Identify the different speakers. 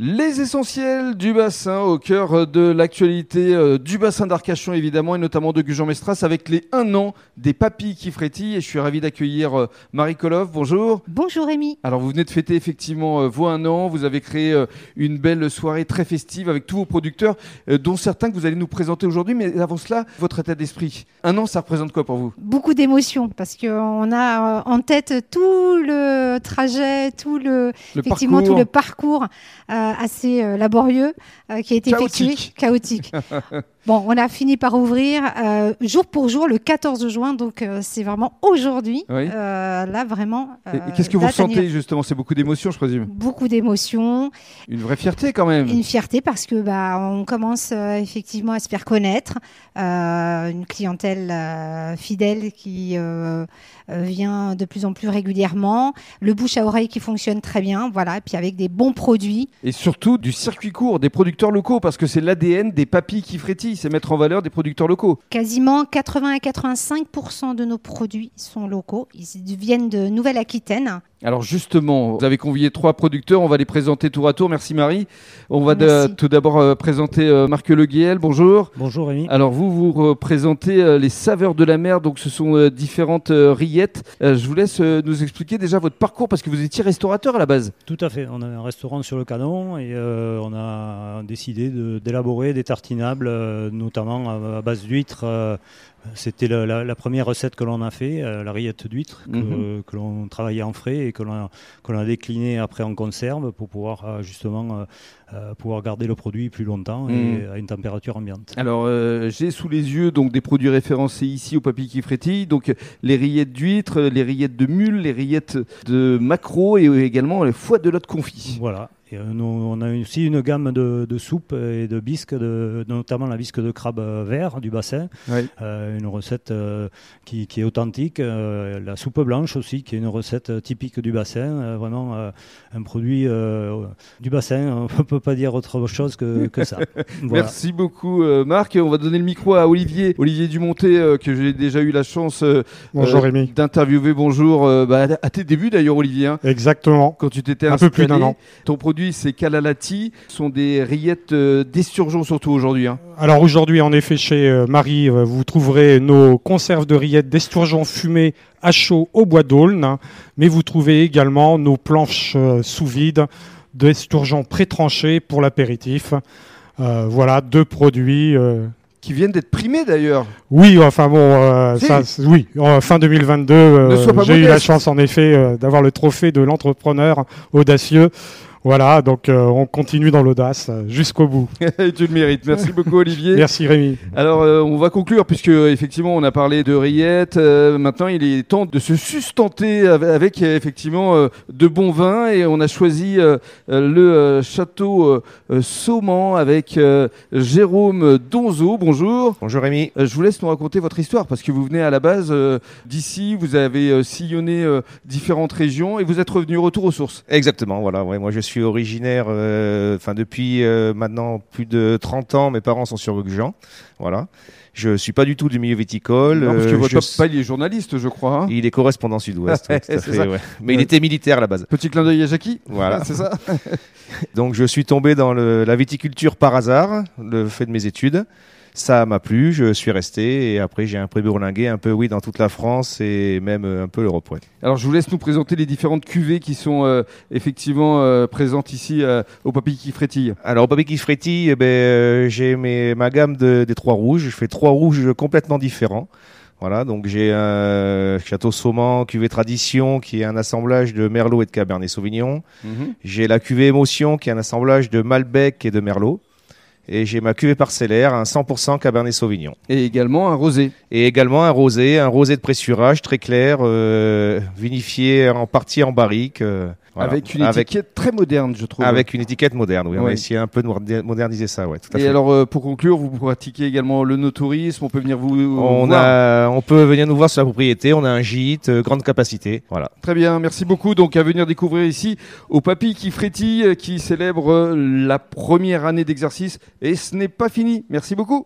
Speaker 1: Les essentiels du bassin au cœur de l'actualité euh, du bassin d'Arcachon évidemment et notamment de Gujan-Mestras avec les 1 an des papilles qui frétillent et je suis ravi d'accueillir euh, Marie Koloff. Bonjour.
Speaker 2: Bonjour Rémi.
Speaker 1: Alors vous venez de fêter effectivement euh, vos 1 an, vous avez créé euh, une belle soirée très festive avec tous vos producteurs euh, dont certains que vous allez nous présenter aujourd'hui mais avant cela, votre état d'esprit. Un an ça représente quoi pour vous
Speaker 2: Beaucoup d'émotions parce qu'on a euh, en tête tout le trajet, tout le,
Speaker 1: Le
Speaker 2: effectivement tout le parcours euh, assez euh, laborieux euh, qui a été effectué,
Speaker 1: Chaotique.
Speaker 2: chaotique. bon, on a fini par ouvrir euh, jour pour jour le 14 juin, donc euh, c'est vraiment aujourd'hui.
Speaker 1: Oui.
Speaker 2: euh, là vraiment.
Speaker 1: Et- et
Speaker 2: euh,
Speaker 1: qu'est-ce que vous
Speaker 2: date
Speaker 1: ressentez
Speaker 2: anniversaire.
Speaker 1: justement C'est beaucoup d'émotions, je présume.
Speaker 2: Beaucoup d'émotions,
Speaker 1: Une vraie fierté quand même.
Speaker 2: une fierté parce que bah on commence euh, effectivement à se faire connaître, euh, une clientèle euh, fidèle qui euh, euh, vient de plus en plus régulièrement, le bouche à oreille qui fonctionne très bien, voilà, et puis avec des bons produits.
Speaker 1: Et surtout du circuit court, des producteurs locaux, parce que c'est l'ADN des papilles qui frétillent, c'est mettre en valeur des producteurs locaux.
Speaker 2: Quasiment 80 à 85 de nos produits sont locaux, ils viennent de Nouvelle-Aquitaine.
Speaker 1: Alors justement, vous avez convié trois producteurs, on va les présenter tour à tour. Merci Marie. On va de-
Speaker 2: Merci.
Speaker 1: tout d'abord euh, présenter euh, Marc Le Guiel, bonjour.
Speaker 3: Bonjour Rémi.
Speaker 1: Alors vous, vous représentez euh, les saveurs de la mer, donc ce sont euh, différentes euh, rillettes. Euh, je vous laisse euh, nous expliquer déjà votre parcours, parce que vous étiez restaurateur à la base.
Speaker 3: Tout à fait. On a un restaurant sur le canon et euh, on a décidé de- d'élaborer des tartinables, euh, notamment à, à base d'huîtres. euh, C'était la, la- la première recette que l'on a fait, euh, la rillette d'huîtres, que,
Speaker 1: Mhm.
Speaker 3: que l'on travaillait en frais et que l'on a, que l'on a décliné après en conserve pour pouvoir euh, justement euh, euh, pouvoir garder le produit plus longtemps et
Speaker 1: Mhm.
Speaker 3: à une température ambiante.
Speaker 1: Alors, euh, j'ai sous les yeux donc des produits référencés ici au papilles qui frétille, donc les rillettes d'huîtres, les rillettes de mules, les rillettes de maquereau et euh, également les foie de lotte confit.
Speaker 3: Voilà. Et euh, nous, on a aussi une gamme de, de soupes et de bisques, de- notamment la bisque de crabe euh, vert du bassin. Euh, une recette euh, qui, qui est authentique. euh, la soupe blanche aussi, qui est une recette euh, typique du bassin. euh, vraiment euh, un produit euh, du bassin. On ne peut pas dire autre chose que, que ça. Voilà.
Speaker 1: Merci beaucoup euh, Marc. On va donner le micro à Olivier, Olivier Dumonté, euh, que j'ai déjà eu la chance euh,
Speaker 4: Bonjour
Speaker 1: euh,
Speaker 4: Rémi.
Speaker 1: d'interviewer. Bonjour, euh, bah, à tes débuts d'ailleurs Olivier. hein,
Speaker 4: Exactement.
Speaker 1: Quand tu t'étais
Speaker 4: Un peu
Speaker 1: installé,
Speaker 4: plus d'un an.
Speaker 1: ton produit c'est Calalati, ce sont des rillettes euh, d'esturgeon surtout aujourd'hui. hein.
Speaker 4: Alors aujourd'hui, en effet, chez euh, Marie, euh, vous trouverez nos conserves de rillettes d'esturgeon fumé à chaud au bois d'aulne, hein, mais vous trouvez également nos planches euh, sous vide d'esturgeon pré-tranché pour l'apéritif. Euh, voilà deux produits. euh,
Speaker 1: Qui viennent d'être primés d'ailleurs.
Speaker 4: Oui, enfin bon, euh,
Speaker 1: Si.
Speaker 4: ça, c'est- oui, en fin 2022, euh,
Speaker 1: Ne sois pas
Speaker 4: j'ai eu la
Speaker 1: modeste.
Speaker 4: chance en effet euh, d'avoir le trophée de l'entrepreneur audacieux. Voilà, donc euh, on continue dans l'audace euh, jusqu'au bout.
Speaker 1: Et tu le mérites. Merci beaucoup Olivier.
Speaker 4: Merci Rémi.
Speaker 1: Alors, euh, on va conclure, puisque euh, effectivement, on a parlé de rillettes. euh, maintenant, il est temps de se sustenter av- avec, euh, effectivement euh, de bons vins. Et on a choisi euh, euh, le euh, château euh, euh, Sauman avec euh, Jérôme Donzo. Bonjour.
Speaker 5: Bonjour Rémi.
Speaker 1: Euh, Je vous laisse nous raconter votre histoire parce que vous venez à la base euh, d'ici, vous avez euh, sillonné euh, différentes régions et vous êtes revenu retour aux sources.
Speaker 5: Exactement, voilà. Ouais, moi, je suis originaire, euh, enfin, depuis euh, maintenant plus de 30 ans, mes parents sont sur Jean. Voilà. Je suis pas du tout du milieu viticole.
Speaker 1: Non, parce que
Speaker 5: euh,
Speaker 1: votre
Speaker 5: je
Speaker 1: papa,
Speaker 5: suis-
Speaker 1: il est journaliste, je crois. hein.
Speaker 5: Il est correspondant sud-ouest. ouais, tout à
Speaker 1: C'est
Speaker 5: fait,
Speaker 1: ça.
Speaker 5: ouais. Mais il
Speaker 1: Ouais.
Speaker 5: était militaire à la base.
Speaker 1: Petit clin d'œil à Jackie.
Speaker 5: Voilà.
Speaker 1: c'est ça.
Speaker 5: Donc, je suis tombé dans le- la viticulture par hasard, le fait de mes études. Ça m'a plu, je suis resté et après j'ai un peu bourlingué un peu oui dans toute la France et même euh, un peu l'Europe. ouais.
Speaker 1: Alors je vous laisse nous présenter les différentes cuvées qui sont euh, effectivement euh, présentes ici euh, au papy qui frétille.
Speaker 5: Alors, au Papy qui frétille, eh ben, euh, j'ai mes- ma gamme de- des trois rouges. Je fais trois rouges complètement différents. Voilà, donc j'ai un Château Sauman, cuvée tradition, qui est un assemblage de Merlot et de Cabernet Sauvignon. J'ai la cuvée émotion, qui est un assemblage de Malbec et de Merlot. Et j'ai ma cuvée parcellaire, un 100% Cabernet Sauvignon.
Speaker 1: Et également un rosé.
Speaker 5: Et également un rosé, un rosé de pressurage très clair, euh, vinifié en partie en barrique. euh, voilà.
Speaker 1: Avec une
Speaker 5: avec,
Speaker 1: étiquette très moderne, je trouve.
Speaker 5: avec une étiquette moderne, oui. On
Speaker 1: Oui.
Speaker 5: a essayé un peu de moderne- moderniser ça, ouais, tout à
Speaker 1: Et
Speaker 5: fait.
Speaker 1: alors euh, pour conclure, vous pratiquez également le no-tourisme, on peut venir vous
Speaker 5: On,
Speaker 1: voir.
Speaker 5: a, on peut venir nous voir sur la propriété, on a un gîte, euh, grande capacité. Voilà.
Speaker 1: Très bien, merci beaucoup. Donc à venir découvrir ici au Papy qui frétille, euh, qui célèbre euh, la première année d'exercice. Et ce n'est pas fini. Merci beaucoup.